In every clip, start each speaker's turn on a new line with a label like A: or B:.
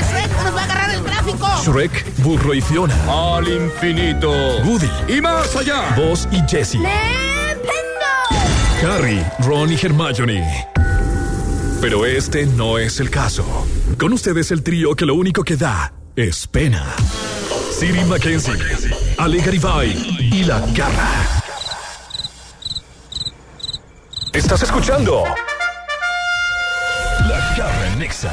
A: Shrek! ¡Nos va a agarrar el tráfico!
B: Shrek, Burro y Fiona.
C: Al infinito.
B: Woody,
C: Y más allá.
B: Buzz y Jessie. Harry, Ron y Hermione. Pero este no es el caso. Con ustedes el trío que lo único que da es pena. Siri Mackenzie, Ale Garibay y La Garra. Estás escuchando La Garra en Nexa.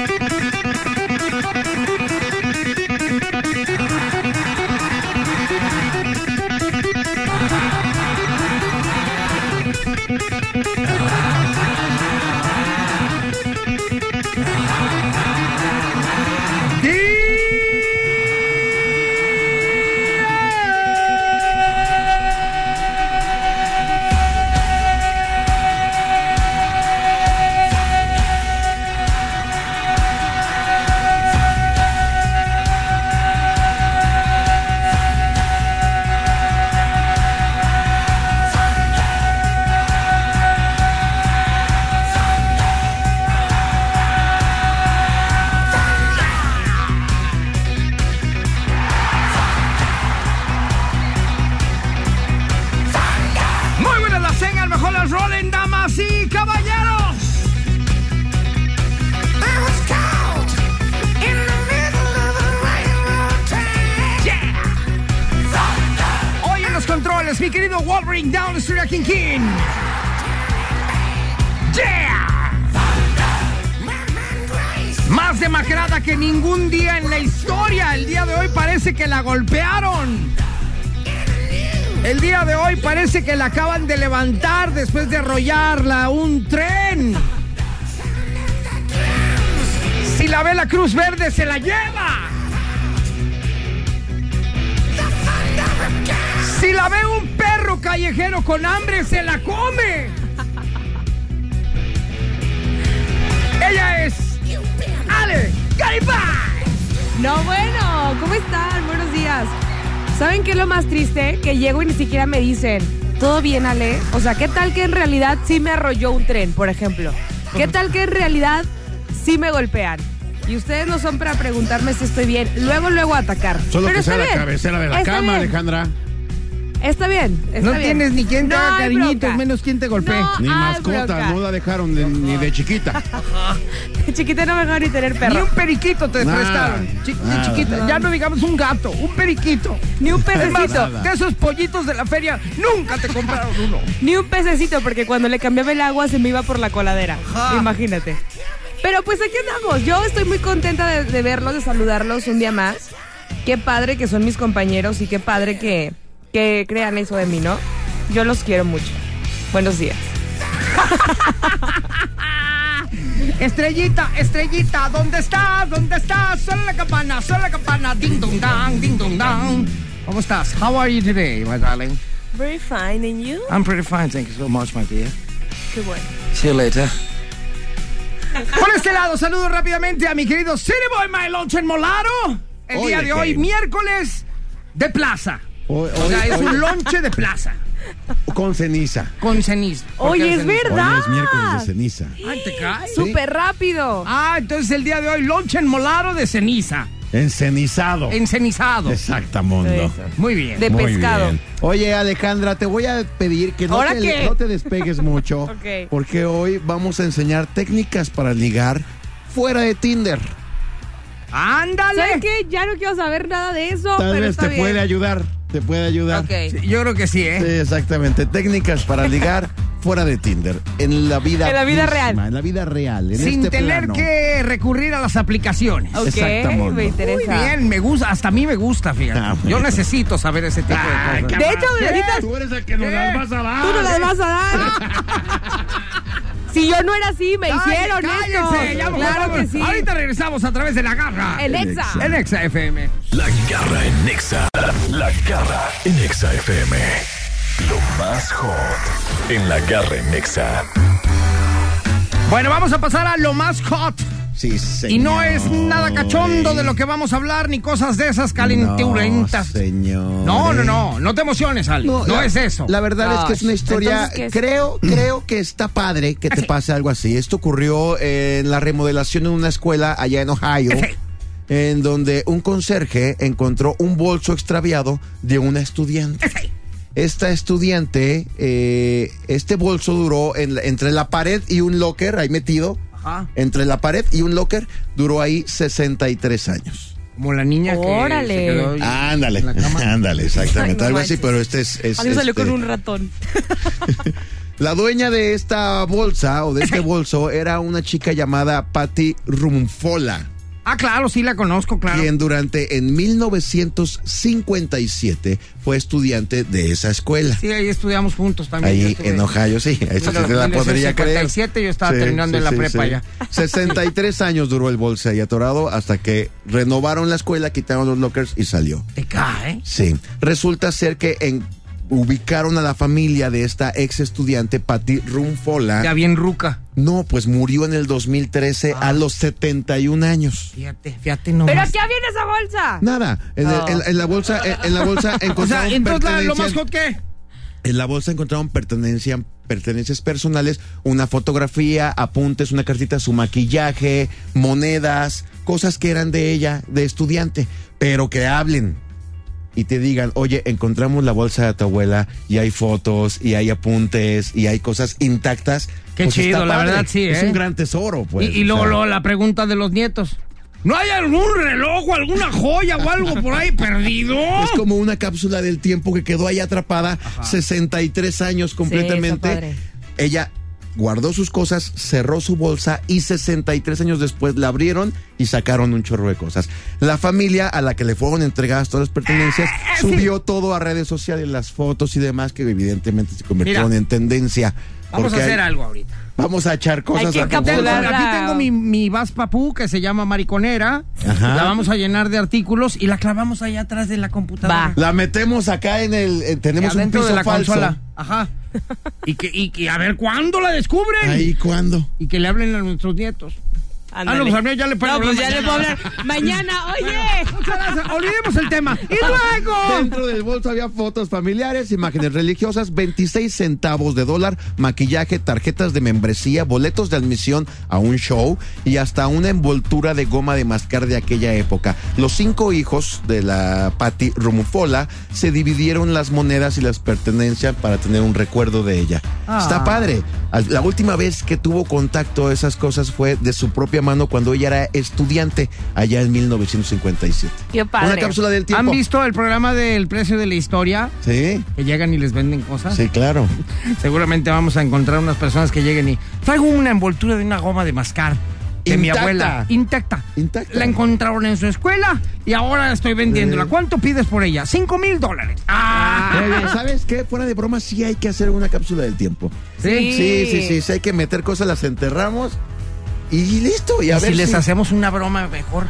C: Muy buenas las tengan, mejor las rolen, damas y caballeros. Hoy en los controles, mi querido Wolverine Down Street a King King. ¡Yeah! Más demacrada que ningún día en la historia. El día de hoy parece que la golpearon. El día de hoy parece que la acaban de levantar después de arrollarla un tren. Si la ve la Cruz Verde, se la lleva. Si la ve un perro callejero con hambre, se la come. Ella es Ale Garibay.
D: No, bueno, ¿cómo están? Buenos días. ¿Saben qué es lo más triste? Que llego y ni siquiera me dicen, ¿todo bien, Ale? O sea, ¿qué tal que en realidad sí me arrolló un tren, por ejemplo? ¿Qué tal que en realidad sí me golpean? Y ustedes no son para preguntarme si estoy bien. Luego, luego atacar.
E: Solo
D: Pero
E: que
D: está
E: sea la
D: bien.
E: cabecera de la
D: Está
E: cama,
D: bien.
E: Alejandra.
D: Está bien. está
C: No
D: bien.
C: tienes ni quien te haga
D: hay
C: cariñitos,
D: bronca.
C: menos quien te golpee.
D: No
E: Ni
D: hay
E: mascota,
D: bronca.
E: no la dejaron de- ni de chiquita.
D: Chiquita no me van a ni tener
C: Ni
D: perro.
C: un periquito te
E: Nada,
C: prestaron. Chi- ni
E: nada.
C: chiquita. Ya no digamos un gato, un periquito.
D: Ni un
C: Es más,
D: pececito.
E: Nada.
C: de esos pollitos de la feria, nunca te compraron uno.
D: Ni un pececito, porque cuando le cambiaba el agua se me iba por la coladera.
C: Ajá.
D: Imagínate. Pero pues aquí andamos. Yo estoy muy contenta de, de verlos, de saludarlos un día más. Qué padre que son mis compañeros y qué padre que, que crean eso de mí, ¿no? Yo los quiero mucho. Buenos días.
C: Estrellita, estrellita, ¿dónde estás? ¿Dónde estás? Suena la campana, suena la campana. Ding dong dang, ding dong dang. ¿Cómo estás? How are you today, my darling?
F: Very fine, and you?
C: I'm pretty fine, thank you so much, my dear.
F: Qué bueno.
C: See you later. Por este lado, saludo rápidamente a mi querido City Boy My Lunch en Molaro. El
E: Oye,
C: día de hoy,
E: Kevin.
C: miércoles de plaza.
E: Hoy-
C: o sea,
E: hoy-
C: es
E: hoy-
C: un lonche de plaza
E: Con ceniza.
C: con ceniza. ¿Por qué
D: Oye, es
C: ceniza?
D: verdad.
E: Hoy es miércoles de ceniza.
C: Ay, ¿te caes?
D: Súper rápido.
C: Ah, entonces el día de hoy, lonche en Molaro de ceniza,
E: Encenizado.
C: encenizado.
E: Exactamundo.
D: Eso.
C: Muy bien.
D: De
E: Muy
D: pescado.
E: bien. Oye, Alejandra, te voy a pedir que no,
D: ¿Ahora
E: te,
D: qué?
E: no te despegues mucho.
D: Ok.
E: Porque hoy vamos a enseñar técnicas para ligar fuera de Tinder.
C: ¡Ándale!
D: ¿Sabes qué? Ya no quiero saber nada de eso.
E: Tal
D: Oh, pero
E: vez
D: está
E: te
D: bien.
E: puede ayudar. Te puede ayudar.
D: Ok.
C: Sí, Yo creo que sí,
E: Sí,
C: ¿eh?
E: exactamente. Técnicas para ligar fuera de Tinder. En la vida
D: En la vida real.
E: En la vida real. en
C: Sin
E: este
C: tener
E: plano.
C: que recurrir a las aplicaciones.
D: Ok,
E: Exactamundo.
D: Ah, me
C: Muy
D: interesa.
C: bien, me gusta, hasta a mí me gusta, fíjate.
E: Ah,
C: Yo
E: bueno.
C: necesito saber ese tipo
E: Ay,
C: de ¿Eh?
E: qué
C: cosas.
D: De hecho, ahorita
E: Tú eres el que nos
C: ¿Qué?
E: las vas a dar.
D: tú no las vas a dar. Si yo no era así, me
C: Cáll-
D: hicieron
C: cállense,
D: esto.
C: ya, por
D: claro
C: favor.
D: que sí.
C: Ahorita regresamos a través de la garra.
D: El Exa.
C: En Exa FM.
B: La garra en Nexa. La garra en Nexa FM. Lo más hot en la garra en Nexa.
C: Bueno, vamos a pasar a lo más hot.
E: Sí, señor.
C: Y no es nada cachondo de lo que vamos a hablar, ni cosas de esas
E: No,
C: calenturentas.
E: señor.
C: No, no, no. No te emociones, Ale. No,
E: la-
C: es eso.
E: La verdad es que es una historia.
D: entonces, ¿qué es?
E: Creo, creo que está padre que te pase algo así. Esto ocurrió en la remodelación de una escuela allá en Ohio, en donde un conserje encontró un bolso extraviado de una estudiante. Esta estudiante, eh, este bolso duró en la- entre la pared y un locker, ahí metido.
C: Ajá.
E: Entre la pared y un locker, duró ahí 63 años.
C: Como la niña
D: Órale.
C: que se quedó ahí.
E: Ándale,
C: la cama.
E: ándale, exactamente.
F: Ay, no
E: algo así,
F: manches.
E: pero este es. es
F: A mí me salió
E: este-
F: con un ratón.
E: La dueña de esta bolsa o de este bolso era una chica llamada Patty Rumfola,
C: Ah, claro, sí la conozco, claro.
E: quien durante en 1957 fue estudiante de esa escuela.
C: Sí, ahí estudiamos juntos también. Yo
E: Ahí
C: estuve-
E: en Ohio, sí, esa sí te la podría creer.
C: 1957 yo estaba terminando en la prepa ya.
E: 63 años duró el bolso ahí atorado hasta que renovaron la escuela, quitaron los lockers y salió.
C: Te cae.
E: Sí. Resulta ser que en- ubicaron a la familia de esta ex estudiante Patty Rumfola.
C: Ya bien ruca.
E: No, pues murió en el 2013
C: Ah.
E: a los 71 años.
C: Fíjate, fíjate nomás.
D: Pero aquí viene esa bolsa.
E: Nada, en, el-
D: No.
E: en- en la bolsa, en, en la bolsa
C: O sea,
E: encontraron
C: entonces la- lo más
E: pertenencias-
C: hot que.
E: en la bolsa encontraron pertenencia- pertenencias personales, una fotografía, apuntes, una cartita, su maquillaje, monedas, cosas que eran de ella, de estudiante, pero que hablen y te digan, oye, encontramos la bolsa de tu abuela y hay fotos y hay apuntes y hay cosas intactas. Pues
C: Qué
E: está
C: chido, la
E: padre.
C: verdad, sí,
E: Es
C: ¿eh?
E: un gran tesoro, pues.
C: y y
E: o
C: luego,
E: sea.
C: luego la pregunta de los nietos. ¿No hay algún reloj o alguna joya o algo por ahí perdido?
E: Es como una cápsula del tiempo que quedó ahí atrapada 63 años
D: está
E: completamente.
D: padre.
E: Ella guardó sus cosas, cerró su bolsa y 63 años después la abrieron y sacaron un chorro de cosas. La familia a la que le fueron entregadas todas las pertenencias
D: Ah,
E: subió todo a redes sociales, las fotos y demás que evidentemente se convirtieron
C: Mira.
E: en tendencia.
C: Vamos a
E: porque
C: hacer
E: hay-
C: algo ahorita.
E: Vamos a echar cosas
D: que
E: a tu
D: encapsular
E: bolsa.
D: Hola.
C: Aquí tengo mi, mi Vas Papú que se llama Mariconera.
E: Ajá.
C: La vamos a llenar de artículos y la clavamos allá atrás de la computadora.
D: Va.
E: La metemos acá en el... en- tenemos un
C: Adentro
E: piso
C: de la
E: falso.
C: consola. Ajá. Y que, y que a ver cuándo la descubren.
E: Ahí, ¿cuándo?
C: Y que le hablen a nuestros nietos. Ah, no,
F: Ándale.
C: pues a mí ya le puedo
F: No,
C: hablar
F: pues ya le puedo
C: mañana.
F: hablar.
D: Mañana, oye.
C: Muchas gracias. Pues, Olvidemos el tema. Y luego.
E: Dentro del bolso había fotos familiares, imágenes religiosas, 26 centavos de dólar, maquillaje, tarjetas de membresía, boletos de admisión a un show y hasta una envoltura de goma de mascar de aquella época. Los cinco hijos de la Patty Rumufola se dividieron las monedas y las pertenencias para tener un recuerdo de ella.
C: Ah.
E: Está padre. Al- La última vez que tuvo contacto de esas cosas fue de su propia mano cuando ella era estudiante allá en 1957.
D: Qué
E: Una
D: padre.
E: cápsula del
C: ¿Han
E: tiempo.
C: visto el programa del precio de la historia?
E: Sí.
C: Que llegan y les venden cosas.
E: Sí, claro.
C: Seguramente vamos a encontrar unas personas que lleguen y traigo una envoltura de una goma de mascar de mi
E: Intacta.
C: abuela intacta.
E: Intacta.
C: La encontraron en su escuela y ahora la estoy vendiéndola.
E: Sí.
C: ¿Cuánto pides por ella? Cinco mil dólares. Ah,
E: Muy bien, ¿Sabes qué? Fuera de broma, sí hay que hacer una cápsula del tiempo.
C: sí.
E: Sí, sí, sí. sí hay que meter cosas, las enterramos y listo. Y a
C: Y
E: ver
C: si les hacemos una broma mejor.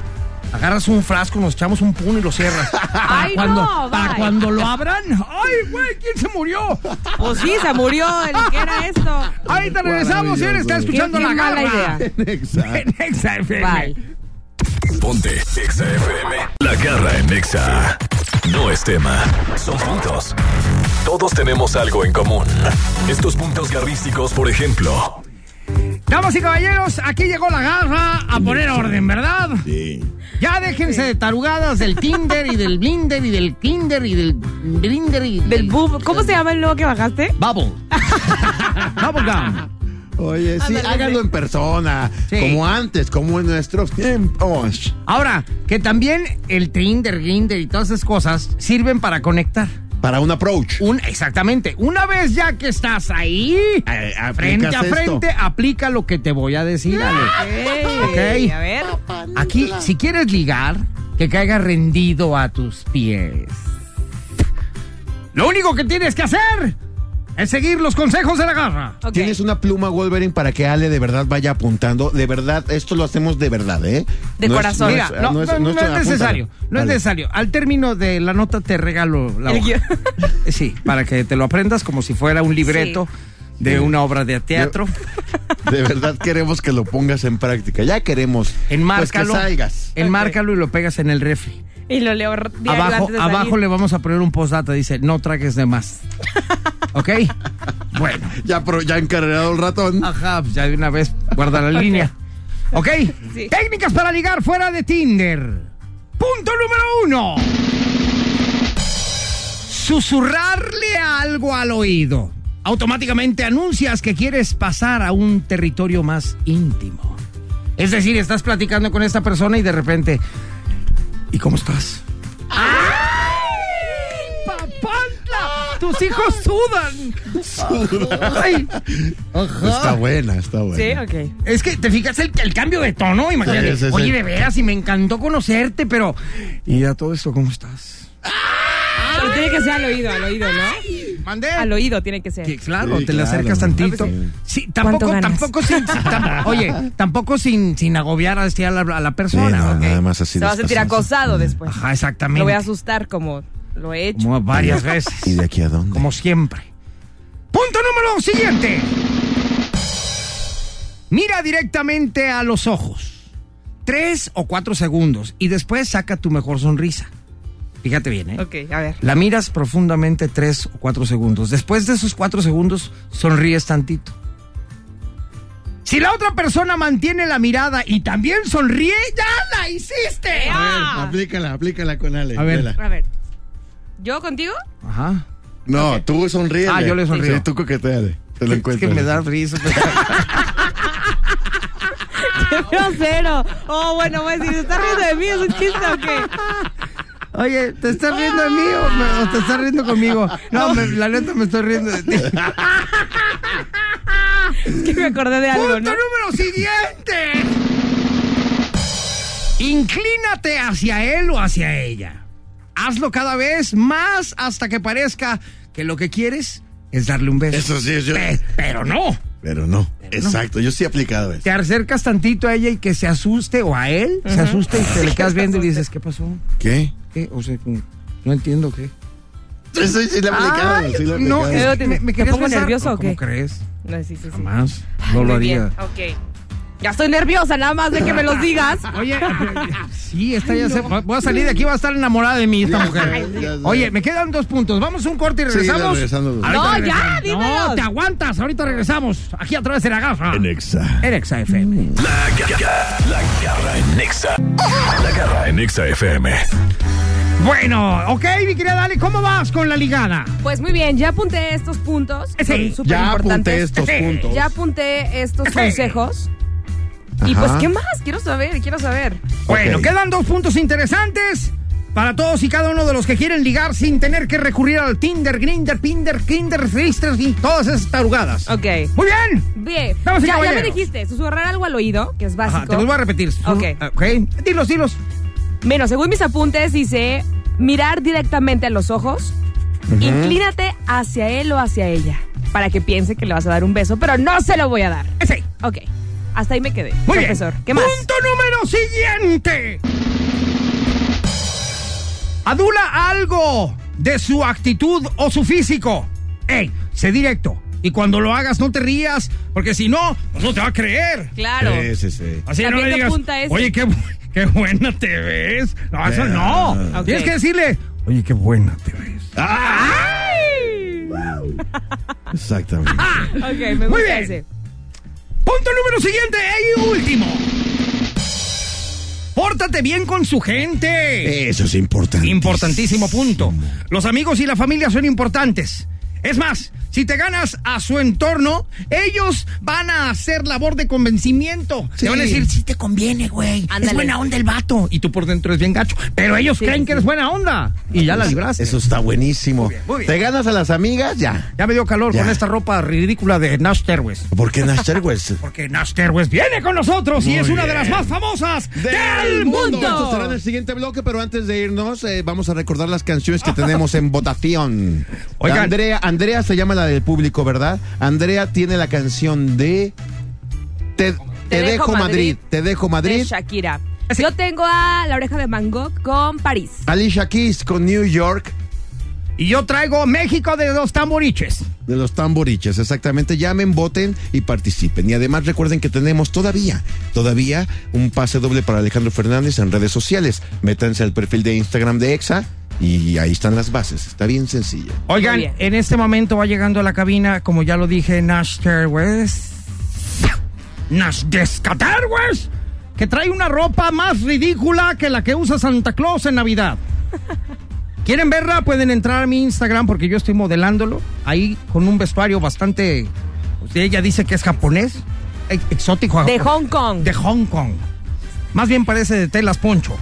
C: Agarras un frasco, nos echamos un puno y lo cierras. Para
D: Ay,
C: cuando,
D: no,
C: para
D: bye.
C: cuando lo abran. ¡Ay, güey! ¿Quién se murió?
D: Pues sí, se murió. el que era esto?
C: Ahí te regresamos y él está
E: Maravilloso.
C: escuchando
D: Qué- qué
C: la
D: mala
C: garra.
D: idea.
E: Exacto.
C: En Exa FM.
D: Bye.
B: Ponte Exa FM. La garra en Nexa. No es tema, son puntos. Todos tenemos algo en común. Estos puntos garrísticos, por ejemplo.
C: Damas y caballeros, aquí llegó la garra a poner orden, ¿verdad?
E: Sí.
C: Ya déjense de tarugadas del Tinder y del Blinder y del Kinder y del Blinder y
D: Del boob. ¿Cómo se llama el nuevo que bajaste?
C: Bubble. Bubblegum.
E: Oye, sí, háganlo en persona.
C: Sí.
E: Como antes, como en nuestros tiempos.
C: Ahora, que también el Tinder, Grinder y todas esas cosas sirven para conectar.
E: Para un approach.
C: Un, exactamente. Una vez ya que estás ahí,
E: Eh, aplicas
C: frente a
E: esto.
C: frente, aplica lo que te voy a decir, Ale.
D: Ey,
C: Ok.
D: A ver.
E: Ah,
C: Aquí, si quieres ligar, que caiga rendido a tus pies. Lo único que tienes que hacer Es seguir los consejos de la garra.
D: Ok.
E: Tienes una pluma Wolverine para que Ale de verdad vaya apuntando. De verdad, esto lo hacemos de verdad, ¿eh?
D: De
E: No es-
D: corazón.
E: no
D: Mira,
E: es-
C: No, no, no es
E: apúntalo.
C: necesario. No es
E: Vale.
C: necesario. Al término de la nota te regalo la
D: El
C: hoja.
D: guión.
C: Sí, para que te lo aprendas como si fuera un libreto de una obra de teatro.
E: De verdad queremos que lo pongas en práctica. Ya queremos.
C: Enmárcalo.
E: Pues que salgas.
C: Enmárcalo y lo pegas en el refri.
F: Y lo leo diario
C: Abajo,
F: antes de salir.
C: abajo le vamos a poner un postdata. Dice, no tragues de más. ¿Ok? Bueno.
E: Ya, pero ya encarregado el ratón.
C: Ajá, pues ya de una vez guarda la línea. ¿Ok?
F: Sí.
C: Técnicas para ligar fuera de Tinder. Punto número uno. Susurrarle algo al oído. Automáticamente anuncias que quieres pasar a un territorio más íntimo. Es decir, estás platicando con esta persona y de repente... ¿Y cómo estás? ¡Ay, papantla! ¡Tus hijos sudan! ¡Ay! Ajá.
E: Está buena, está buena.
F: Sí, ok.
C: Es que te fijas el, el cambio de tono, imagínate.
E: Sí, sí, sí.
C: Oye, de veras, y me encantó conocerte, pero. ¿Y a todo esto cómo estás?
F: Pero tiene que ser al oído, al oído, ¿no?
C: Mandé.
F: Al oído tiene que ser.
C: Sí, claro,
E: Sí,
C: te le
E: claro.
C: acercas tantito.
E: Sí.
C: Sí,
D: ¿Cuánto
C: tampoco,
D: ganas?
C: tampoco sin, sin- tam- oye, tampoco sin, sin agobiar así a la, a la
E: Sí, no,
C: persona. ¿ok?
E: nada más así.
F: Se va a sentir
E: despacito.
F: acosado
D: Pues,
F: después.
C: Ajá, exactamente.
F: Lo voy a asustar como lo he hecho.
C: Como varias veces.
E: ¿Y de aquí a dónde?
C: como siempre. Punto número siguiente. Mira directamente a los ojos. Tres o cuatro segundos y después saca tu mejor sonrisa. Fíjate bien, ¿eh?
F: Ok, a ver.
C: La miras profundamente tres o cuatro segundos. Después de esos cuatro segundos, sonríes tantito. Si la otra persona mantiene la mirada y también sonríe, ya la hiciste.
E: A ver, aplícala, aplícala con Ale.
C: A ver.
E: vela.
F: A ver. ¿Yo contigo?
C: Ajá.
E: No, tú sonríe.
C: Ah, yo le sonrío.
E: Sí, tú coqueteale. Te lo
C: Es
E: encuentro.
C: que me da risa.
F: Grosero. Oh, bueno, voy a decir, ¿se está riendo de mí? ¿Es un chiste o qué?
C: Oye, ¿te estás riendo de mí o, me- o te estás riendo conmigo? No, me- la neta me estoy riendo de ti.
F: Es que me acordé de algo, ¿no?
C: número siguiente. Inclínate hacia él o hacia ella. Hazlo cada vez más hasta que parezca que lo que quieres es darle un beso.
E: Eso sí, yo.
C: Pe- Pero Eh. no.
E: Pero no. Exacto, yo sí he aplicado eso.
C: Te acercas tantito a ella y que se asuste o a él se asuste y te le quedas viendo y dices, ¿qué pasó?
E: ¿Qué?
C: ¿Qué? O sea, no entiendo qué.
E: Eso sí le he aplicado.
C: Ay,
E: sí lo he
C: no,
E: aplicado.
C: es que me, me
F: ¿Te
C: querías
F: pongo
C: besar.
F: nervioso
C: No,
F: o qué?
C: ¿Cómo crees?
F: No, sí, sí, sí.
C: Jamás. No lo
F: Muy bien,
C: haría.
F: Ok. Ya estoy nerviosa, nada más de que me los digas.
C: Oye, sí, esta ya se. Voy a salir de aquí, va a estar enamorada de mí esta mujer.
E: sé, ya sé.
C: Oye, me quedan dos puntos. Vamos a un corte y regresamos.
E: regresando.
C: Ahorita
F: No, ya,
C: regresamos. No,
F: dímelos.
C: te aguantas. Ahorita regresamos. Aquí a través de la gafa.
B: En Exa.
C: En Exa FM.
B: La garra, la garra en Exa. La garra en Exa FM.
C: Bueno, ok, mi querida Dale, ¿cómo vas con la ligada?
D: Pues muy bien, ya apunté estos puntos. que
C: Sí,
D: son súper
E: Ya apunté
D: importantes.
E: estos
C: Sí.
E: puntos.
D: Ya apunté estos consejos. Y
E: Ajá.
D: pues, ¿qué más? Quiero saber, quiero saber.
C: Bueno,
E: Ok.
C: quedan dos puntos interesantes para todos y cada uno de los que quieren ligar sin tener que recurrir al Tinder, Grinder, Pinder, Kinder, Frister y todas esas tarugadas.
F: Ok.
C: Muy bien.
D: Bien,
C: Damas y
D: ya, ya me
C: caballeros.
D: dijiste, susurrar algo al oído, que es básico.
C: Ajá, te los voy a repetir. Su-
D: Ok.
C: ok. Dilos, dilos.
D: Bueno, según mis apuntes dice mirar directamente a los ojos, inclínate hacia él o hacia ella para que piense que le vas a dar un beso, pero no se lo voy a dar.
C: Ese.
D: Ok, hasta ahí me quedé.
C: Muy
D: profesor,
C: bien.
D: ¿qué más?
C: Punto número siguiente. Adula algo de su actitud o su físico. Ey, sé directo. Y cuando lo hagas, no te rías, porque si no, pues no te va a creer.
D: Claro.
C: Eh,
E: Sí, sí, sí.
C: Así
D: También
C: no le
D: te
C: digas,
D: apunta ese.
C: oye, qué, bu- qué buena te ves. No, eso
E: Ah,
C: no.
E: ok.
C: Tienes que decirle, oye, qué buena te ves.
E: Exactamente.
D: Ok, me
C: Muy
D: gusta
C: bien.
D: ese.
C: Punto número siguiente y último. Pórtate bien con su gente.
E: Eso es importante.
C: Importantísimo punto. Los amigos y la familia son importantes. Es más, si te ganas a su entorno, ellos van a hacer labor de convencimiento.
E: Sí.
C: Te van a decir, sí te conviene, güey. Es
D: Ándale.
C: buena onda el vato. Y tú por dentro es bien gacho. Pero ellos creen que eres buena onda. Y ya la libraste.
E: Eso está buenísimo.
C: bien, muy bien.
E: ¿Te ganas a las amigas? Ya.
C: Ya me dio calor
E: Ya.
C: con esta ropa ridícula de Nash Terwes.
E: ¿Por qué Nash Terwes?
C: Porque Nash Terwes viene con nosotros y
E: Muy
C: es una de
E: bien.
C: las más famosas del mundo.
E: Esto será en el siguiente bloque, pero antes de irnos, eh, vamos a recordar las canciones que tenemos en votación.
C: Oigan.
E: Andrea, Andrea se llama la la del público, ¿verdad? Andrea tiene la canción de Te, Te dejo Madrid, Te dejo
D: de
E: Madrid.
D: Shakira. Yo tengo a La Oreja de Mango con París.
E: Alicia Keys con New York
C: Y yo traigo México de los tamboriches.
E: de los tamboriches, exactamente. Llamen, voten y participen. Y además recuerden que tenemos todavía, todavía un pase doble para Alejandro Fernández en redes sociales. Métanse al perfil de Instagram de EXA y ahí están las bases. Está bien sencillo.
C: Oigan,
D: Muy bien.
C: en este momento va llegando a la cabina, como ya lo dije, Nash Terwes. Nash Descaterwes. Que trae una ropa más ridícula que la que usa Santa Claus en Navidad. ¿Quieren verla? Pueden entrar a mi Instagram porque yo estoy modelándolo. Ahí con un vestuario bastante. pues, ella dice que es japonés. ex- Exótico.
D: De
C: japonés.
D: Hong Kong.
C: de Hong Kong. Más bien parece de telas poncho.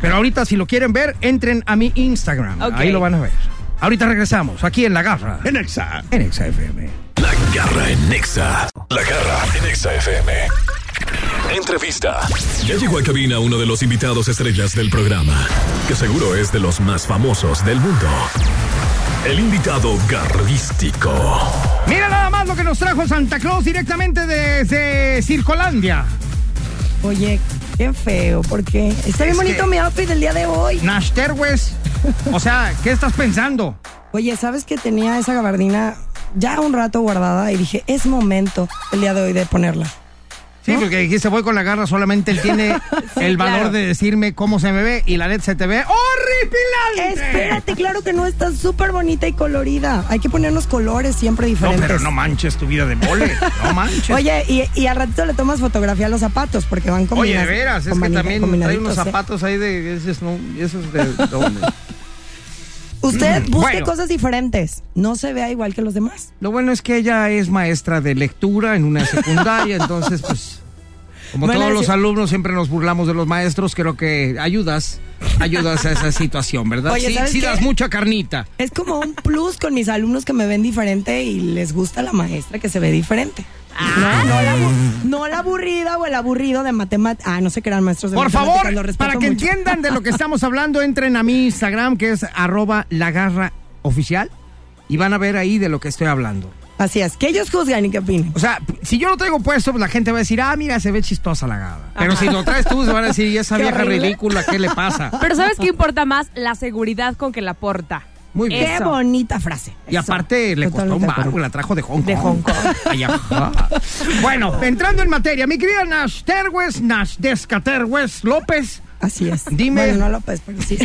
C: Pero ahorita si lo quieren ver, entren a mi Instagram.
D: Ok.
C: Ahí lo van a ver. Ahorita regresamos, aquí en La Garra,
E: En EXA.
C: en XFM.
B: La garra en Nexa. La garra en Nexa FM. Entrevista. Ya llegó a cabina uno de los invitados estrellas del programa, que seguro es de los más famosos del mundo. El invitado garrístico.
C: Mira nada más lo que nos trajo Santa Claus directamente desde Circolandia.
G: Oye, qué feo, porque está bien
C: Es
G: bonito
C: que-
G: mi outfit el día de hoy.
C: Nash Terwes. O sea, ¿qué estás pensando?
G: Oye, ¿sabes que tenía esa gabardina ya un rato guardada y dije, es momento el día de hoy de ponerla?
C: Sí, porque dijiste voy con la garra, solamente él tiene el valor
D: claro.
C: de decirme cómo se me ve y la net se te ve horripilante.
G: Espérate, claro que no, está súper bonita y colorida. Hay que ponernos colores siempre
C: No,
G: diferentes.
C: pero no manches tu vida de mole, no manches.
G: Oye, y, y al ratito le tomas fotografía a los zapatos porque van como.
C: Oye, de veras, es que también trae
G: ¿eh?
C: unos zapatos ahí de esos, no, esos de dónde.
G: Usted busque
C: Mm, Bueno.
G: cosas diferentes. No se vea igual que los demás.
C: Lo bueno es que ella es maestra de lectura en una secundaria, entonces pues como
G: Bueno,
C: todos
G: sí.
C: los alumnos siempre nos burlamos de los maestros, creo que ayudas, ayudas a esa situación, ¿verdad?
G: Oye,
C: sí,
G: ¿sabes
C: sí
G: qué?
C: das mucha carnita.
G: Es como un plus con mis alumnos que me ven diferente y les gusta la maestra que se ve diferente.
C: Ah.
G: No, no, la, abu- no la aburrida o el aburrido de matemáticas. Ah, no se crean maestros de
C: Por
G: matemáticas,
C: favor,
G: los respeto
C: para que
G: mucho.
C: entiendan de lo que estamos hablando, entren a mi Instagram que es arroba la garra oficial y van a ver ahí de lo que estoy hablando.
G: Así es, que ellos juzgan y que opinen.
C: O sea, si yo lo traigo puesto, pues la gente va a decir, ah, mira, se ve chistosa la gada. Pero si lo traes tú, se van a decir, ¿y esa
G: Qué
C: vieja
G: horrible.
C: ridícula qué le pasa?
D: Pero ¿sabes qué importa más? La seguridad con que la porta.
C: Muy bien.
G: Qué
D: Eso.
G: bonita frase.
C: Y aparte le costó un
G: Totalmente de
C: barco,
G: acuerdo.
C: la trajo de Hong Kong.
D: De Hong Kong.
C: Ay, ajá. bueno, entrando en materia, mi querida Nash Terwes, Nash Descaterwes López,
G: Así es.
C: Dime.
G: Bueno, no López, pero sí.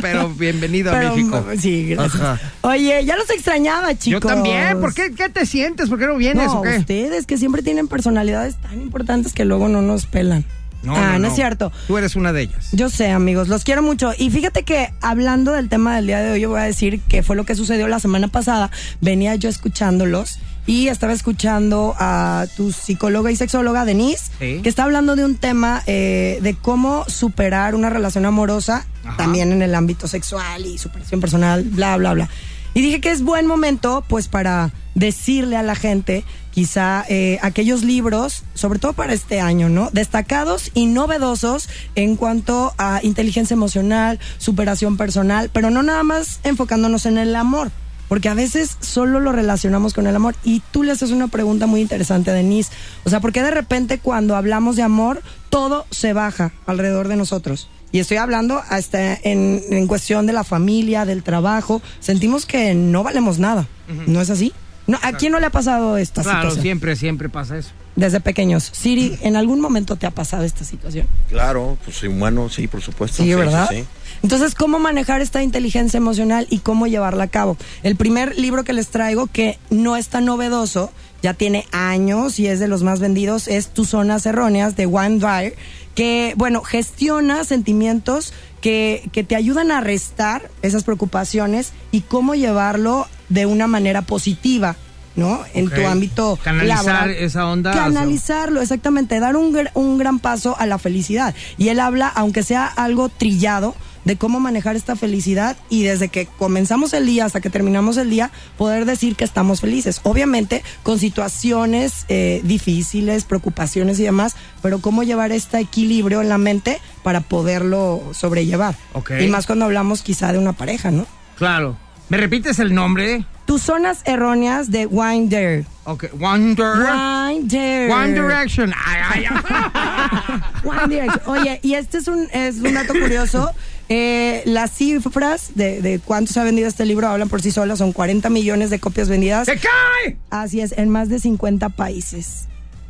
C: pero bienvenido
G: Pero, mm,
C: a México.
G: Sí, gracias.
C: Ajá.
G: Oye, ya los extrañaba,
C: Yo
G: chicos.
C: también, ¿por qué, qué te sientes? ¿Por qué no vienes
G: No,
C: o qué?
G: ustedes que siempre tienen personalidades tan importantes que luego no nos pelan. ah, no, es cierto.
C: Tú eres una de ellas.
G: Yo sé, amigos, los quiero mucho. Y fíjate que hablando del tema del día de hoy, yo voy a decir que fue lo que sucedió la semana pasada. Venía yo escuchándolos y estaba escuchando a tu psicóloga y sexóloga, Denise,
C: Sí.
G: que está hablando de un tema eh, de cómo superar una relación amorosa
C: Ajá.
G: también en el ámbito sexual y superación personal, bla, bla, bla. Y dije que es buen momento, pues, para decirle a la gente, quizá eh, aquellos libros, sobre todo para este año, ¿no? Destacados y novedosos en cuanto a inteligencia emocional, superación personal, pero no nada más enfocándonos en el amor. Porque a veces solo lo relacionamos con el amor. Y tú le haces una pregunta muy interesante a Denise. O sea, ¿por qué de repente cuando hablamos de amor, todo se baja alrededor de nosotros? Y estoy hablando hasta en, en cuestión de la familia, del trabajo. Sentimos que no valemos nada. ¿No es así? No, ¿A quién no le ha pasado esta
C: Claro,
G: situación?
C: siempre, siempre pasa eso.
G: Desde pequeños. Siri, ¿en algún momento te ha pasado esta situación?
H: Claro, pues soy humano, sí, por supuesto.
G: Sí, ¿verdad?
H: sí.
G: Entonces, ¿cómo manejar esta inteligencia emocional y cómo llevarla a cabo? El primer libro que les traigo, que no es tan novedoso, ya tiene años y es de los más vendidos, es Tus Zonas Erróneas de Wayne Dyer, que, bueno, gestiona sentimientos que, que te ayudan a restar esas preocupaciones y cómo llevarlo de una manera positiva. ¿No? En
C: Ok.
G: tu ámbito
C: Canalizar
G: laboral.
C: esa onda hacia-
G: Canalizar realizarlo, exactamente, dar un, gr- un gran paso a la felicidad. Y él habla, aunque sea algo trillado, de cómo manejar esta felicidad y desde que comenzamos el día hasta que terminamos el día, poder decir que estamos felices. Obviamente con situaciones eh, difíciles, preocupaciones y demás, pero cómo llevar este equilibrio en la mente para poderlo sobrellevar.
C: Ok.
G: Y más cuando hablamos quizá de una pareja, ¿no?
C: Claro. ¿Me repites el nombre?
G: Tus zonas erróneas de Winder.
C: Ok, Wonder.
G: Winder.
C: One Direction. Ay, ay,
G: One Direction. Oye, y este es un, es un dato curioso. Eh, las cifras de, de cuánto se ha vendido este libro hablan por sí solas. Son 40 millones de copias vendidas.
C: ¡Se cae!
G: Así es, en más de 50 países.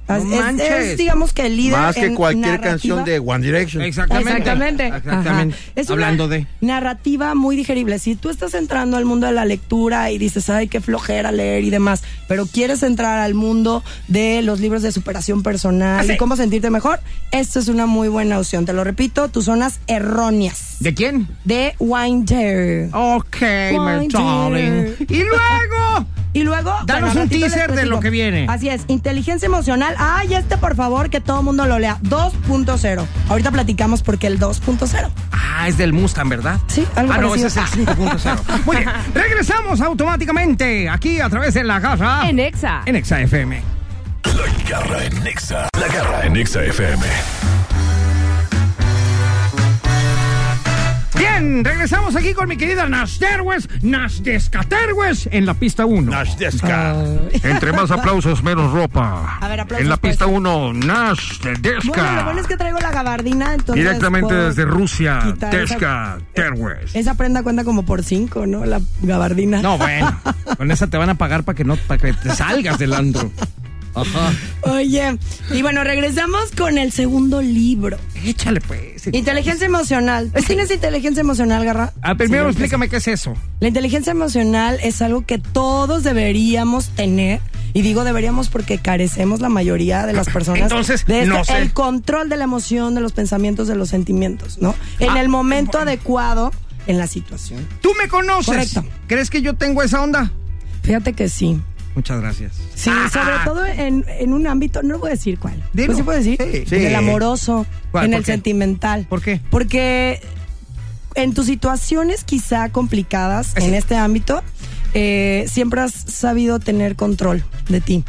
G: As-
C: No
G: es, es,
C: manches.
G: digamos, que el líder.
E: Más que
G: en
E: cualquier
G: narrativa.
E: canción de One Direction.
C: Exactamente.
G: Exactamente.
C: Exactamente.
G: Ajá. Es una
C: Hablando de.
G: Narrativa muy digerible. Si tú estás entrando al mundo de la lectura y dices, ay, qué flojera leer y demás, pero quieres entrar al mundo de los libros de superación personal y cómo sentirte mejor, esta es una muy buena opción. Te lo repito, tus zonas erróneas.
C: ¿De quién?
G: De Winder.
C: Ok, my
G: Winder.
C: darling. Y luego.
G: Y luego.
C: Danos un
G: al ratito les
C: teaser de
G: platico.
C: lo que viene.
G: Así es, inteligencia emocional. Ay, este, por favor, que todo el mundo lo lea. 2.0. Ahorita platicamos porque el 2.0.
C: Ah, es del Mustang, ¿verdad?
G: Sí, algo
C: Ah, no, ese
G: parecido.
C: es el 5.0. Muy bien, regresamos automáticamente aquí a través de la garra
D: En Exa.
C: en Exa FM.
B: La garra en Nexa. La garra en Nexa FM.
C: Bien, regresamos aquí con mi querida Nash Terwes, Nash Descaterwes en la pista 1.
B: Nash Desca.
I: Entre más aplausos, menos ropa.
G: A ver, aplausos,
I: en la
G: pues.
I: pista 1, Nash de Desca.
G: Bueno, lo bueno es que traigo la gabardina, entonces.
I: Directamente
G: puedo
I: desde Rusia,
G: quitar esa-
I: Tesca, Terwes.
G: Esa prenda cuenta como por cinco, ¿no? La gabardina.
C: No, bueno, con esa te van a pagar para que no para que te salgas del andro. Ajá.
G: Oye, y bueno, regresamos con el segundo libro.
C: Échale pues.
G: Inteligencia emocional. ¿Pues tienes inteligencia emocional, Garra?
C: Ah, primero explícame qué es eso.
G: La inteligencia emocional es algo que todos deberíamos tener. Y digo deberíamos porque carecemos la mayoría de las personas.
C: Entonces,
G: de
C: no sé.
G: el control de la emoción, de los pensamientos, de los sentimientos, ¿no? En
C: Ah,
G: el momento adecuado, en la situación.
C: Tú me conoces.
G: Correcto.
C: ¿Crees que yo tengo esa onda?
G: Fíjate que sí.
C: Muchas gracias.
G: Sí, sobre todo en, en un ámbito, no voy a decir cuál.
C: Ah, Dilo.
G: Pues sí puedo decir.
C: Sí.
G: En el amoroso,
C: ¿Cuál?
G: en
C: ¿Por
G: el
C: qué?
G: sentimental.
C: ¿Por qué?
G: Porque en tus situaciones quizá complicadas en este ámbito, eh, siempre has sabido tener control de ti.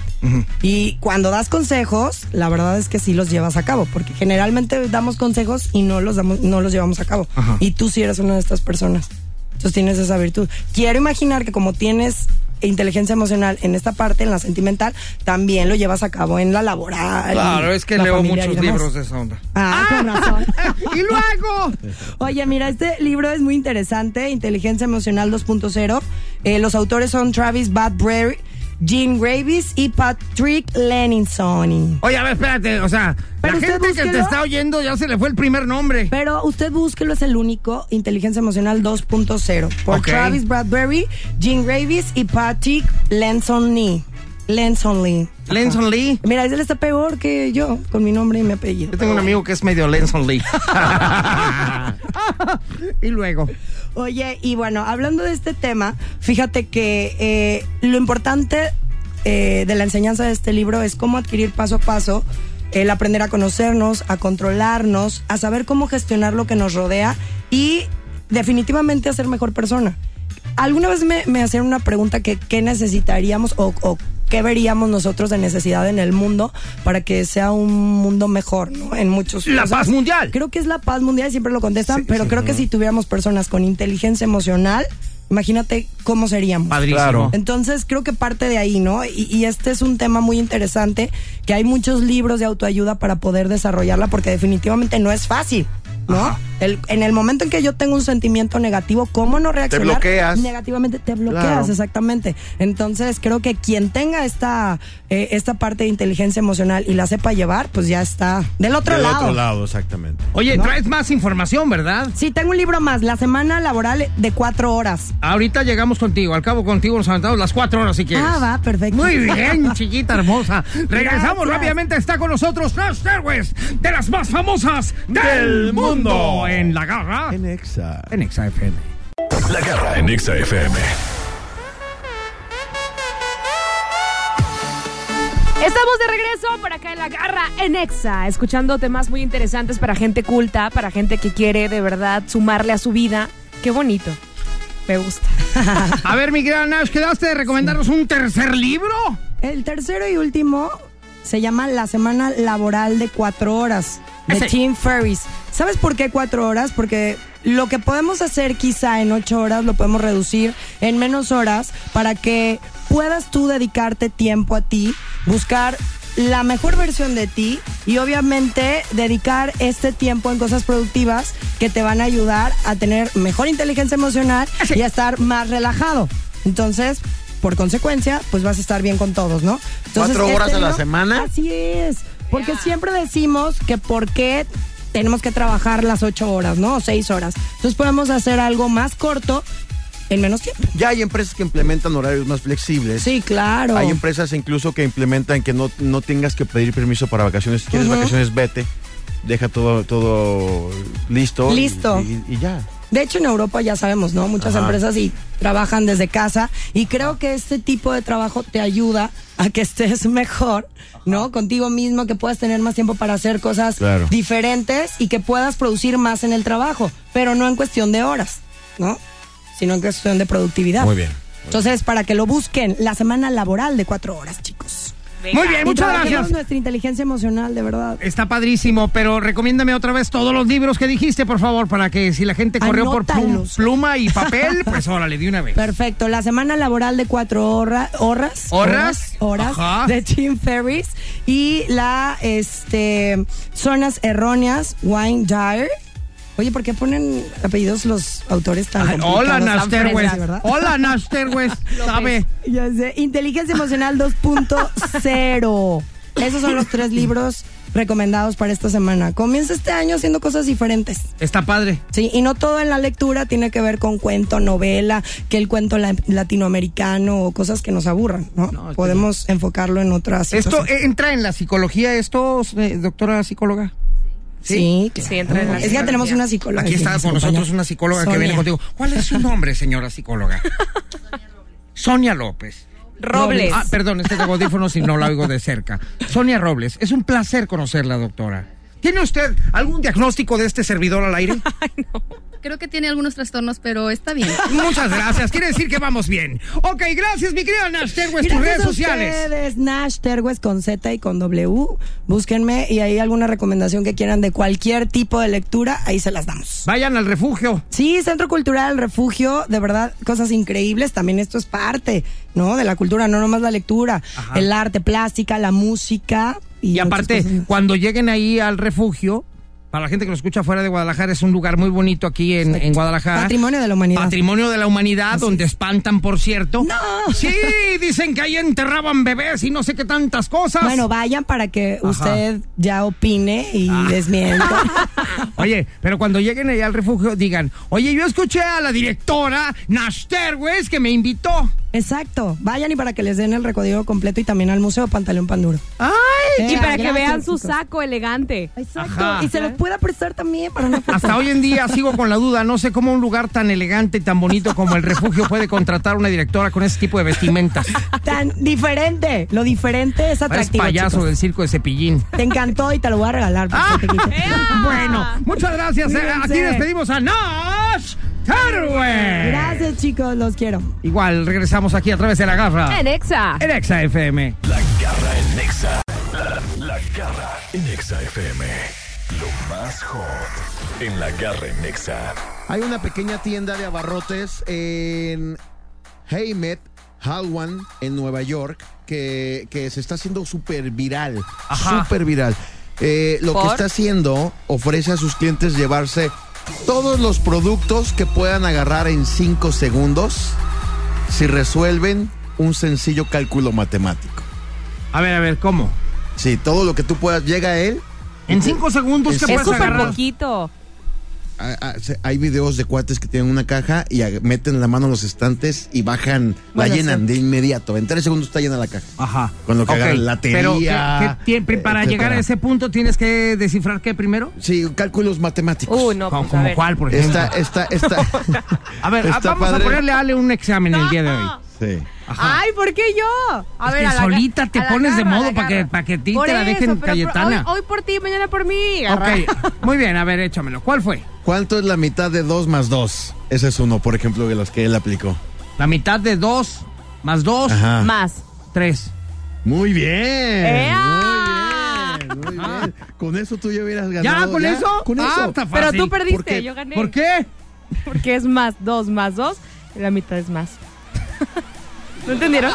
G: Y cuando das consejos, la verdad es que sí los llevas a cabo, porque generalmente damos consejos y no los damos, no los llevamos a cabo.
C: Ajá.
G: Y tú sí eres una de estas personas. Entonces tienes esa virtud. Quiero imaginar que como tienes inteligencia emocional en esta parte, en la sentimental, también lo llevas a cabo en la laboral. y
C: Claro, es que
G: la
C: leo
G: familiar y
C: muchos
G: demás.
C: libros de esa onda.
G: Ah, con razón.
C: y luego.
G: Oye, mira, este libro es muy interesante, Inteligencia Emocional 2.0. Eh, los autores son Travis Badbury, Gene Gravis y Patrick Leninson.
C: Oye, a ver, espérate, o sea,
G: Pero
C: la
G: usted
C: gente que te
G: búsquelo.
C: está oyendo ya se le fue el primer nombre.
G: Pero usted búsquelo, es el único, Inteligencia Emocional 2.0, por
C: Ok.
G: Travis Bradbury, Gene Gravis y Patrick Lenson Lee. Lenson Lee.
C: Lenson Lee.
G: Mira, él está peor que yo, con mi nombre y mi apellido.
C: Yo tengo un amigo que es medio Lenson Lee. y luego.
G: Oye, y bueno, hablando de este tema, fíjate que eh, lo importante eh, de la enseñanza de este libro es cómo adquirir paso a paso el aprender a conocernos, a controlarnos, a saber cómo gestionar lo que nos rodea y definitivamente a ser mejor persona. Alguna vez me, me hacían una pregunta que qué necesitaríamos o, o qué veríamos nosotros de necesidad en el mundo para que sea un mundo mejor, ¿no? En muchos
C: La
G: o sea,
C: paz mundial.
G: Creo que es la paz mundial, siempre lo contestan, pero creo que si tuviéramos personas con inteligencia emocional, imagínate cómo seríamos.
C: Padrísimo.
E: Claro.
G: Entonces creo que parte de ahí, ¿no? Y, y este es un tema muy interesante, que hay muchos libros de autoayuda para poder desarrollarla, porque definitivamente no es fácil, ¿no? El- en el momento en que yo tengo un sentimiento negativo, ¿cómo no reaccionar?
E: bloqueas.
G: Negativamente te bloqueas,
E: Claro.
G: exactamente. Entonces creo que quien tenga esta, eh, esta parte de inteligencia emocional y la sepa llevar, pues ya está del otro
E: Del
G: lado.
E: otro lado, exactamente.
C: Oye, traes más información, ¿verdad?
G: Sí, tengo un libro más, La Semana Laboral de Cuatro Horas.
C: Ahorita llegamos contigo. Al cabo contigo nos aventamos las cuatro horas si quieres.
G: Ah, va, perfecto.
C: Muy bien, chiquita hermosa. Regresamos
G: Gracias.
C: rápidamente. Está con nosotros las héroes de las más famosas del mundo. En la garra.
E: En Exa.
C: En Exa FM.
B: La garra en Nexa FM.
D: Estamos de regreso por acá en La Garra en Exa, escuchando temas muy interesantes para gente culta, para gente que quiere de verdad sumarle a su vida. Qué bonito. Me gusta.
C: A ver, mi gran Nash, ¿quedaste de recomendarnos un tercer libro?
G: El tercero y último se llama La Semana Laboral de Cuatro Horas de
C: Ese.
G: Tim Ferriss. ¿Sabes por qué cuatro horas? Porque lo que podemos hacer quizá en ocho horas lo podemos reducir en menos horas para que puedas tú dedicarte tiempo a ti, buscar la mejor versión de ti y obviamente dedicar este tiempo en cosas productivas que te van a ayudar a tener mejor inteligencia emocional y a estar más relajado. Entonces, por consecuencia, pues vas a estar bien con todos, ¿no? Entonces, este
H: ¿Cuatro horas a la
G: libro-
H: semana?
G: Así es, porque siempre decimos que por qué tenemos que trabajar las ocho horas, ¿no? O seis horas. Entonces podemos hacer algo más corto en menos tiempo.
E: Ya hay empresas que implementan horarios más flexibles.
G: Sí, claro.
E: Hay empresas incluso que implementan que no, no tengas que pedir permiso para vacaciones. Si quieres
G: Ujú.
E: vacaciones, vete. Deja todo, todo listo. y-
G: Listo.
E: Y, y ya.
G: De hecho, en Europa ya sabemos, ¿no? Muchas
E: Ajá.
G: empresas y trabajan desde casa y creo que este tipo de trabajo te ayuda a que estés mejor, ¿no? Contigo mismo, que puedas tener más tiempo para hacer cosas
E: Claro.
G: diferentes y que puedas producir más en el trabajo, pero no en cuestión de horas, ¿no? Sino en cuestión de productividad.
E: Muy bien.
G: Entonces, para que lo busquen, la semana laboral de cuatro horas, chicos.
C: Muy bien,
G: Y
C: Eh, muchas
G: trabajemos
C: gracias.
G: nuestra inteligencia emocional, de verdad.
C: Está padrísimo, pero recomiéndame otra vez todos los libros que dijiste, por favor, para que si la gente corrió por plum-
G: Anótalos.
C: pluma y papel, pues órale, de una vez.
G: Perfecto, la semana laboral de cuatro horra- horras.
C: ¿Horras?
G: Horas.
C: Ajá.
G: De Tim Ferris. Y la, este, Zonas Erróneas, Wine Dyer. Oye, ¿por qué ponen apellidos los autores tan
C: Ay,
G: complicados?
C: hola,
G: Tan
C: Naster West.
G: fresas, ¿verdad?
C: Hola, Naster West. ¿Sabe?
G: Ya sé, Inteligencia Emocional 2.0. Esos son los tres libros recomendados para esta semana. Comienza este año haciendo cosas diferentes.
C: Está padre.
G: Sí, y no todo en la lectura tiene que ver con cuento, novela, que el cuento la- latinoamericano o cosas que nos aburran, ¿no?
C: está
G: Podemos enfocarlo en otras
C: ¿Esto
G: situaciones.
C: eh, entra en la psicología, esto, eh, doctora psicóloga?
G: Sí, claro.
D: Sí, entra en la
G: es que ya tenemos
D: psicología.
G: una psicóloga.
C: Aquí
G: que
C: está
G: nos
C: con
G: acompaña.
C: nosotros una psicóloga que viene
G: Sonia.
C: contigo. ¿Cuál es su nombre, señora psicóloga? Sonia López.
D: Robles.
C: Ah, perdón, este tengo audífonos y no la oigo de cerca. Sonia Robles, es un placer conocerla, doctora. ¿Tiene usted algún diagnóstico de este servidor al aire?
J: Creo que tiene algunos trastornos, pero está bien.
C: Muchas gracias, quiere decir que vamos bien. Ok, gracias, mi querida Nash Terwes, Pues, tus
G: Gracias
C: redes
G: pues, a
C: sociales.
G: ustedes, Nash Terwes con Z y con W. Búsquenme y hay alguna recomendación que quieran de cualquier tipo de lectura, ahí se las damos.
C: Vayan al refugio.
G: Sí, Centro Cultural Refugio, de verdad, cosas increíbles. También esto es parte, ¿no? De la cultura, no nomás la lectura,
C: Ajá.
G: el arte plástica, la música.
C: Y
G: muchas
C: aparte,
G: cosas más.
C: cuando lleguen ahí al refugio, para la gente que lo escucha fuera de Guadalajara, es un lugar muy bonito aquí en, en Guadalajara.
G: Patrimonio de la humanidad.
C: Patrimonio de la humanidad, donde espantan, por cierto.
G: No.
C: Sí, dicen que ahí enterraban bebés y no sé qué tantas cosas.
G: Bueno, vayan para que usted ya opine y
C: Ah.
G: desmienta.
C: Oye, pero cuando lleguen allá al refugio, digan, oye, yo escuché a la directora Nash Terwes que me invitó.
G: Exacto, vayan y para que les den el recorrido completo y también al Museo Pantaleón Panduro.
C: ¡Ay!
D: Y
G: Eh,
D: para que
G: gracias,
D: vean su
G: chicos.
D: saco elegante.
G: Exacto,
C: Ajá.
G: y se los pueda prestar también para una foto.
C: Hasta hoy en día sigo con la duda, no sé cómo un lugar tan elegante y tan bonito como el refugio puede contratar a una directora con ese tipo de vestimentas.
G: Tan diferente, lo diferente
C: Eres
G: es atractivo.
C: payaso ¿eh? Ah.
G: chicos.
C: del circo de cepillín.
G: Te encantó y te lo voy a regalar. por si te quita.
C: Bueno, muchas gracias. eh. Aquí
G: Ah. Cuídense.
C: despedimos a Nash Terwes.
G: Gracias, chicos, los quiero.
C: Igual regresamos aquí a través de la garra.
D: En Exa.
C: En Exa FM.
B: La garra en Nexa. La, la garra en Nexa FM. Lo más hot en la garra en Nexa.
E: Hay una pequeña tienda de abarrotes en Haymet, Halwan, en Nueva York, que, que se está haciendo súper viral.
C: Ajá.
E: Súper viral. Eh, lo que
D: ¿Por?
E: está haciendo ofrece a sus clientes llevarse todos los productos que puedan agarrar en 5 segundos si resuelven un sencillo cálculo matemático.
C: A ver, a ver, ¿cómo?
E: Sí, todo lo que tú puedas, llega a él.
C: En cinco segundos que
E: Es
D: Es
C: puedes
D: súper
C: agarrar.
D: poquito.
E: Ah, ah, se- Hay videos de cuates que tienen una caja y ah, meten la mano en los estantes y bajan,
G: Bueno,
E: la llenan de inmediato. En tres segundos está llena la caja.
C: Ajá.
E: Con lo que
C: Ok,
E: agarran la
C: Pero, ¿qué-
E: teoría,
C: qué tiene- para
E: etcétera.
C: llegar a ese punto tienes que descifrar qué primero?
E: Sí, cálculos matemáticos.
D: Uh, no,
C: Como,
D: pues, a ver.
C: cuál, por ejemplo.
E: Esta, esta, esta.
C: a ver, ah,
E: está
C: vamos a
E: padre.
C: ponerle a Ale un examen el día de hoy.
E: Sí.
C: Ajá.
D: Ay, ¿por qué yo? A
C: Es
D: ver,
C: que
D: a la
C: solita
D: ga-
C: te
D: a la
C: pones de
D: garra, a
C: modo
D: la
C: pa' que-
D: garra.
C: pa' que a ti
D: Por
C: te la dejen
D: pero por-
C: Cayetana.
D: Hoy, hoy por ti, mañana por mí. garra.
C: Ok, muy bien, a ver, échamelo. ¿Cuál fue?
E: ¿Cuánto es la mitad de 2 más 2? Ese es uno, por ejemplo, de los que él aplicó.
C: La mitad de dos más dos,
E: Ajá.
D: Más.
C: tres.
E: Muy bien.
D: ¡Ea!
E: Muy
C: Ah.
E: bien. Con eso tú ya hubieras ganado.
D: ¿Ya con eso?
E: Con
D: Ah,
E: eso.
D: está Pero fácil. tú perdiste,
E: ¿Por qué?
D: yo gané.
C: ¿Por qué?
D: Porque es más dos más dos, y la mitad es más. ¿No entendieron?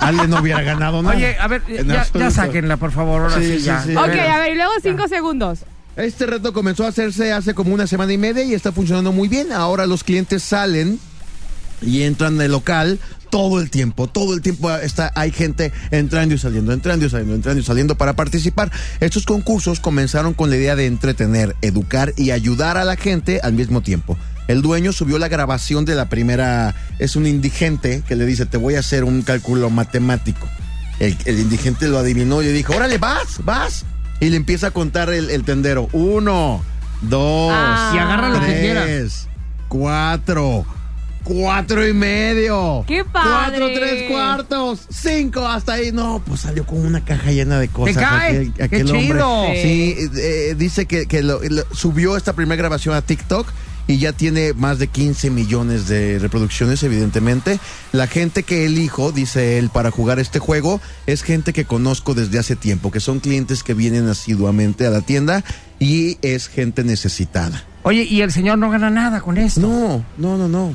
E: Ale no hubiera ganado nada.
C: Oye, a ver,
E: En
C: ya,
E: absoluto.
C: ya sáquenla, por favor, ahora
E: Sí,
C: sí,
E: sí,
C: ya.
E: sí.
C: de
D: ok,
C: veras.
D: a ver, y luego cinco segundos.
E: Este reto comenzó a hacerse hace como una semana y media y está funcionando muy bien. Ahora los clientes salen y entran del local todo el tiempo. Todo el tiempo está, hay gente entrando y saliendo, entrando y saliendo, entrando y saliendo para participar. Estos concursos comenzaron con la idea de entretener, educar y ayudar a la gente al mismo tiempo. El dueño subió la grabación de la primera. Es un indigente que le dice: Te voy a hacer un cálculo matemático. El, el indigente lo adivinó y le dijo: Órale, vas, vas. Y le empieza a contar el, el tendero: Uno, dos,
C: Ah. Y agarra lo que
E: tres,
C: quiera.
E: cuatro, cuatro y medio.
D: ¡Qué padre!
E: Cuatro, tres cuartos, cinco, hasta ahí. No, pues salió con una caja llena de cosas.
C: ¡Te cae! ¡Qué chido!
E: Sí, eh, eh, dice que, que lo- lo- subió esta primera grabación a TikTok. Y ya tiene más de 15 millones de reproducciones, evidentemente. La gente que elijo, dice él, para jugar este juego, es gente que conozco desde hace tiempo, que son clientes que vienen asiduamente a la tienda y es gente necesitada.
C: Oye, y el señor no gana nada con esto.
E: No, no, no, no.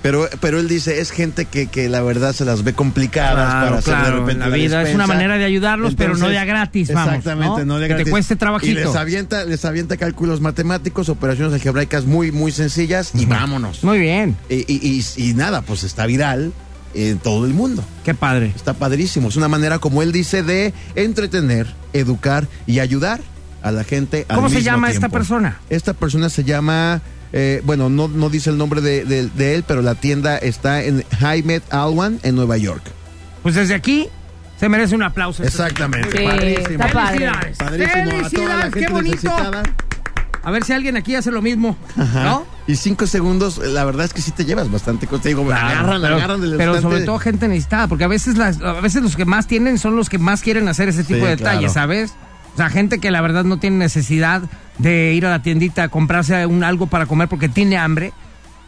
E: Pero, pero él dice, es gente que, que la verdad se las ve complicadas
C: Claro,
E: para hacer de
C: claro,
E: repente
C: en la vida. Es
E: despensa.
C: una manera de ayudarlos, pero no de a gratis, vamos,
E: Exactamente,
C: ¿no?
E: no
C: Que
E: de
C: te
E: gratis.
C: cueste trabajito.
E: Y les avienta, les avienta cálculos matemáticos, operaciones algebraicas muy, muy sencillas y vámonos.
C: Muy bien.
E: Y, y- y- y nada, pues está viral en todo el mundo.
C: Qué padre.
E: Está padrísimo. Es una manera, como él dice, de entretener, educar y ayudar a la gente. al
C: ¿Cómo se
E: mismo
C: llama esta
E: tiempo.
C: persona?
E: Esta persona se llama, eh, bueno, no, no dice el nombre de, de- de él, pero la tienda está en Jaime Alwan, en Nueva York.
C: Pues desde aquí se merece un aplauso.
E: Exactamente.
D: Sí,
E: Padrísimo.
D: está padre.
C: Felicidades.
E: Padrísimo. A toda la
C: Felicidades,
E: gente
C: qué bonito.
E: necesitada.
C: A ver si alguien aquí hace lo mismo,
E: Ajá.
C: ¿no?
E: Y cinco segundos, la verdad es que sí te llevas bastante contigo. agarran,
C: pero,
E: agarran del
C: pero
E: estante.
C: sobre todo gente necesitada, porque a veces las, a veces los que más tienen son los que más quieren hacer ese tipo
E: Sí,
C: de detalles,
E: claro.
C: ¿sabes? O sea, gente que la verdad no tiene necesidad de ir a la tiendita a comprarse un algo para comer porque tiene hambre.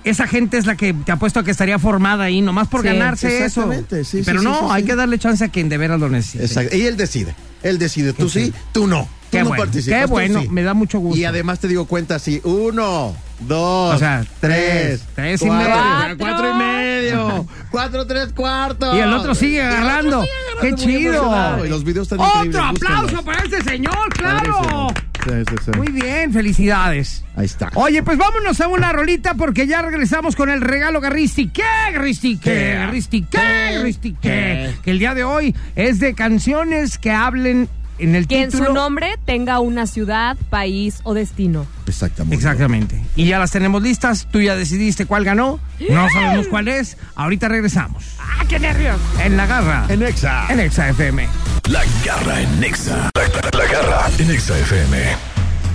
C: Esa gente es la que te apuesto a que estaría formada ahí, nomás por
D: Sí,
C: ganarse eso.
E: exactamente, sí, sí,
C: pero
E: sí,
C: no,
E: sí, sí.
C: hay que darle chance a quien de veras lo necesite.
E: Exacto. Y él decide. Él decide. Tú sí, tú no. Tú
C: Qué
E: no
C: bueno,
E: participas.
C: qué
E: tú
C: bueno,
E: sí.
C: me da mucho gusto.
E: Y además te digo cuenta así. Uno, dos,
C: O sea,
E: tres,
C: tres y
E: cuatro,
C: medio.
E: cuatro y medio, cuatro, tres cuartos.
C: Y el otro sigue
E: Y el otro
C: agarrando.
E: sigue agarrando,
C: Qué
E: muy
C: chido.
E: emocionado. Y los videos están
C: Otro
E: increíbles,
C: aplauso
E: búsquenlos.
C: para este señor, claro.
E: Padrísimo. Sí, sí, sí.
C: Muy bien, felicidades.
E: Ahí está.
C: Oye, pues vámonos a una rolita porque ya regresamos con el regalo Garristi. ¿Qué, Garristi? ¿Qué, Garristi? ¿Qué, Garristi? ¿Qué? Que el día de hoy es de canciones que hablen en el
D: Que en
C: título.
D: su nombre tenga una ciudad, país o destino.
E: Exactamente.
C: Exactamente. Y ya las tenemos listas. Tú ya decidiste cuál ganó. No sabemos cuál es. Ahorita regresamos. ¡Ah, qué nervios! En la garra. En Exa. En Exa FM.
B: La garra en Nexa. La, la- la garra en Nexa FM.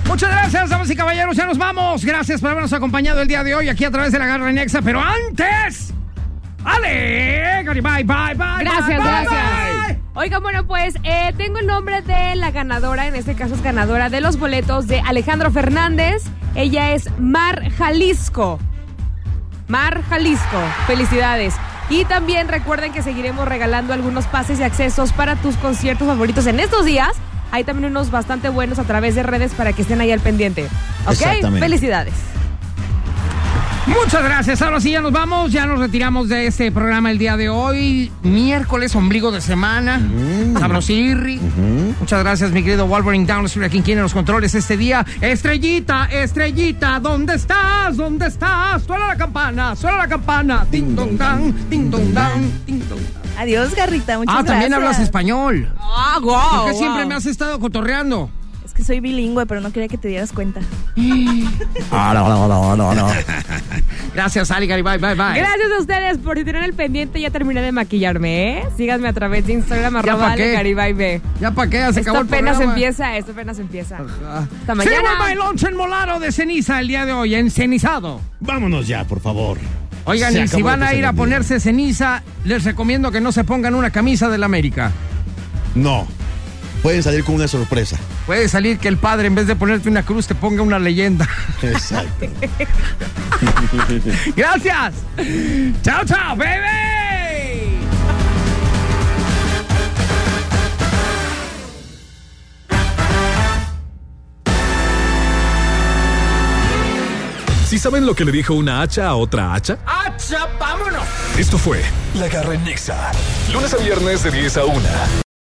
C: Muchas gracias, damas y caballeros. Ya nos vamos. Gracias por habernos acompañado el día de hoy aquí a través de la Garra Nexa. Pero antes. ¡Ale! Gary, Bye, bye, bye.
D: Gracias,
C: bye,
D: gracias.
C: bye.
D: Oigan, bueno, pues eh, tengo el nombre de la ganadora, en este caso es ganadora de los boletos de Alejandro Fernández. Ella es Mar Jalisco. Mar Jalisco, felicidades. Y también recuerden que seguiremos regalando algunos pases y accesos para tus conciertos favoritos en estos días. Hay también unos bastante buenos a través de redes para que estén ahí al pendiente. ¿Ok?
E: Exactamente.
D: Felicidades.
C: Muchas gracias. Ahora sí, ya nos vamos. Ya nos retiramos de este programa el día de hoy. Miércoles, ombligo de semana. Mm. Sabrosirri. Muchas gracias, mi querido Wolverine Down. Estoy aquí en los controles este día. Estrellita, estrellita, ¿dónde estás? ¿Dónde estás? Suena la campana, suena la campana. Ding dong dang, ding dong dang, ding dong dang.
F: Adiós, Garrita. Muchas
C: ah,
F: gracias. Oh,
C: también hablas español.
D: ¡Ah,
C: ¿Por
D: guau!
C: qué siempre me has estado cotorreando?
F: Es que soy bilingüe, pero no quería que te dieras cuenta.
E: Ah, no, no, no, no, no.
C: Gracias, Ali Gary. Bye, bye, bye.
D: Gracias a ustedes por si tienen el pendiente. Ya terminé de maquillarme, ¿eh? Síganme a través de Instagram,
C: pa'
D: arroba
C: qué.
D: Ale Garibay B.
C: Ya para qué, ya se
D: Esto
C: acabó el
D: apenas
C: programa.
D: empieza, esto apenas empieza. Hasta
C: Sí,
D: mañana.
C: buen bailón enmolado de ceniza el día de hoy, encenizado.
E: Vámonos ya, por favor.
C: Oigan,
E: Se
C: y si
E: acabó
C: van
E: lo que
C: a
E: se
C: ir a
E: vendía.
C: ponerse ceniza, les recomiendo que no se pongan una camisa del América.
E: No. Pueden salir con una sorpresa.
C: Puede salir que el padre, en vez de ponerte una cruz, te ponga una leyenda.
E: Exacto.
C: ¡Gracias! ¡Chao, chao, baby!
B: ¿Sí saben lo que le dijo una hacha a otra hacha?
C: ¡Acha, vámonos!
B: Esto fue La Garra en Nexa. Lunes a viernes de 10 a 1.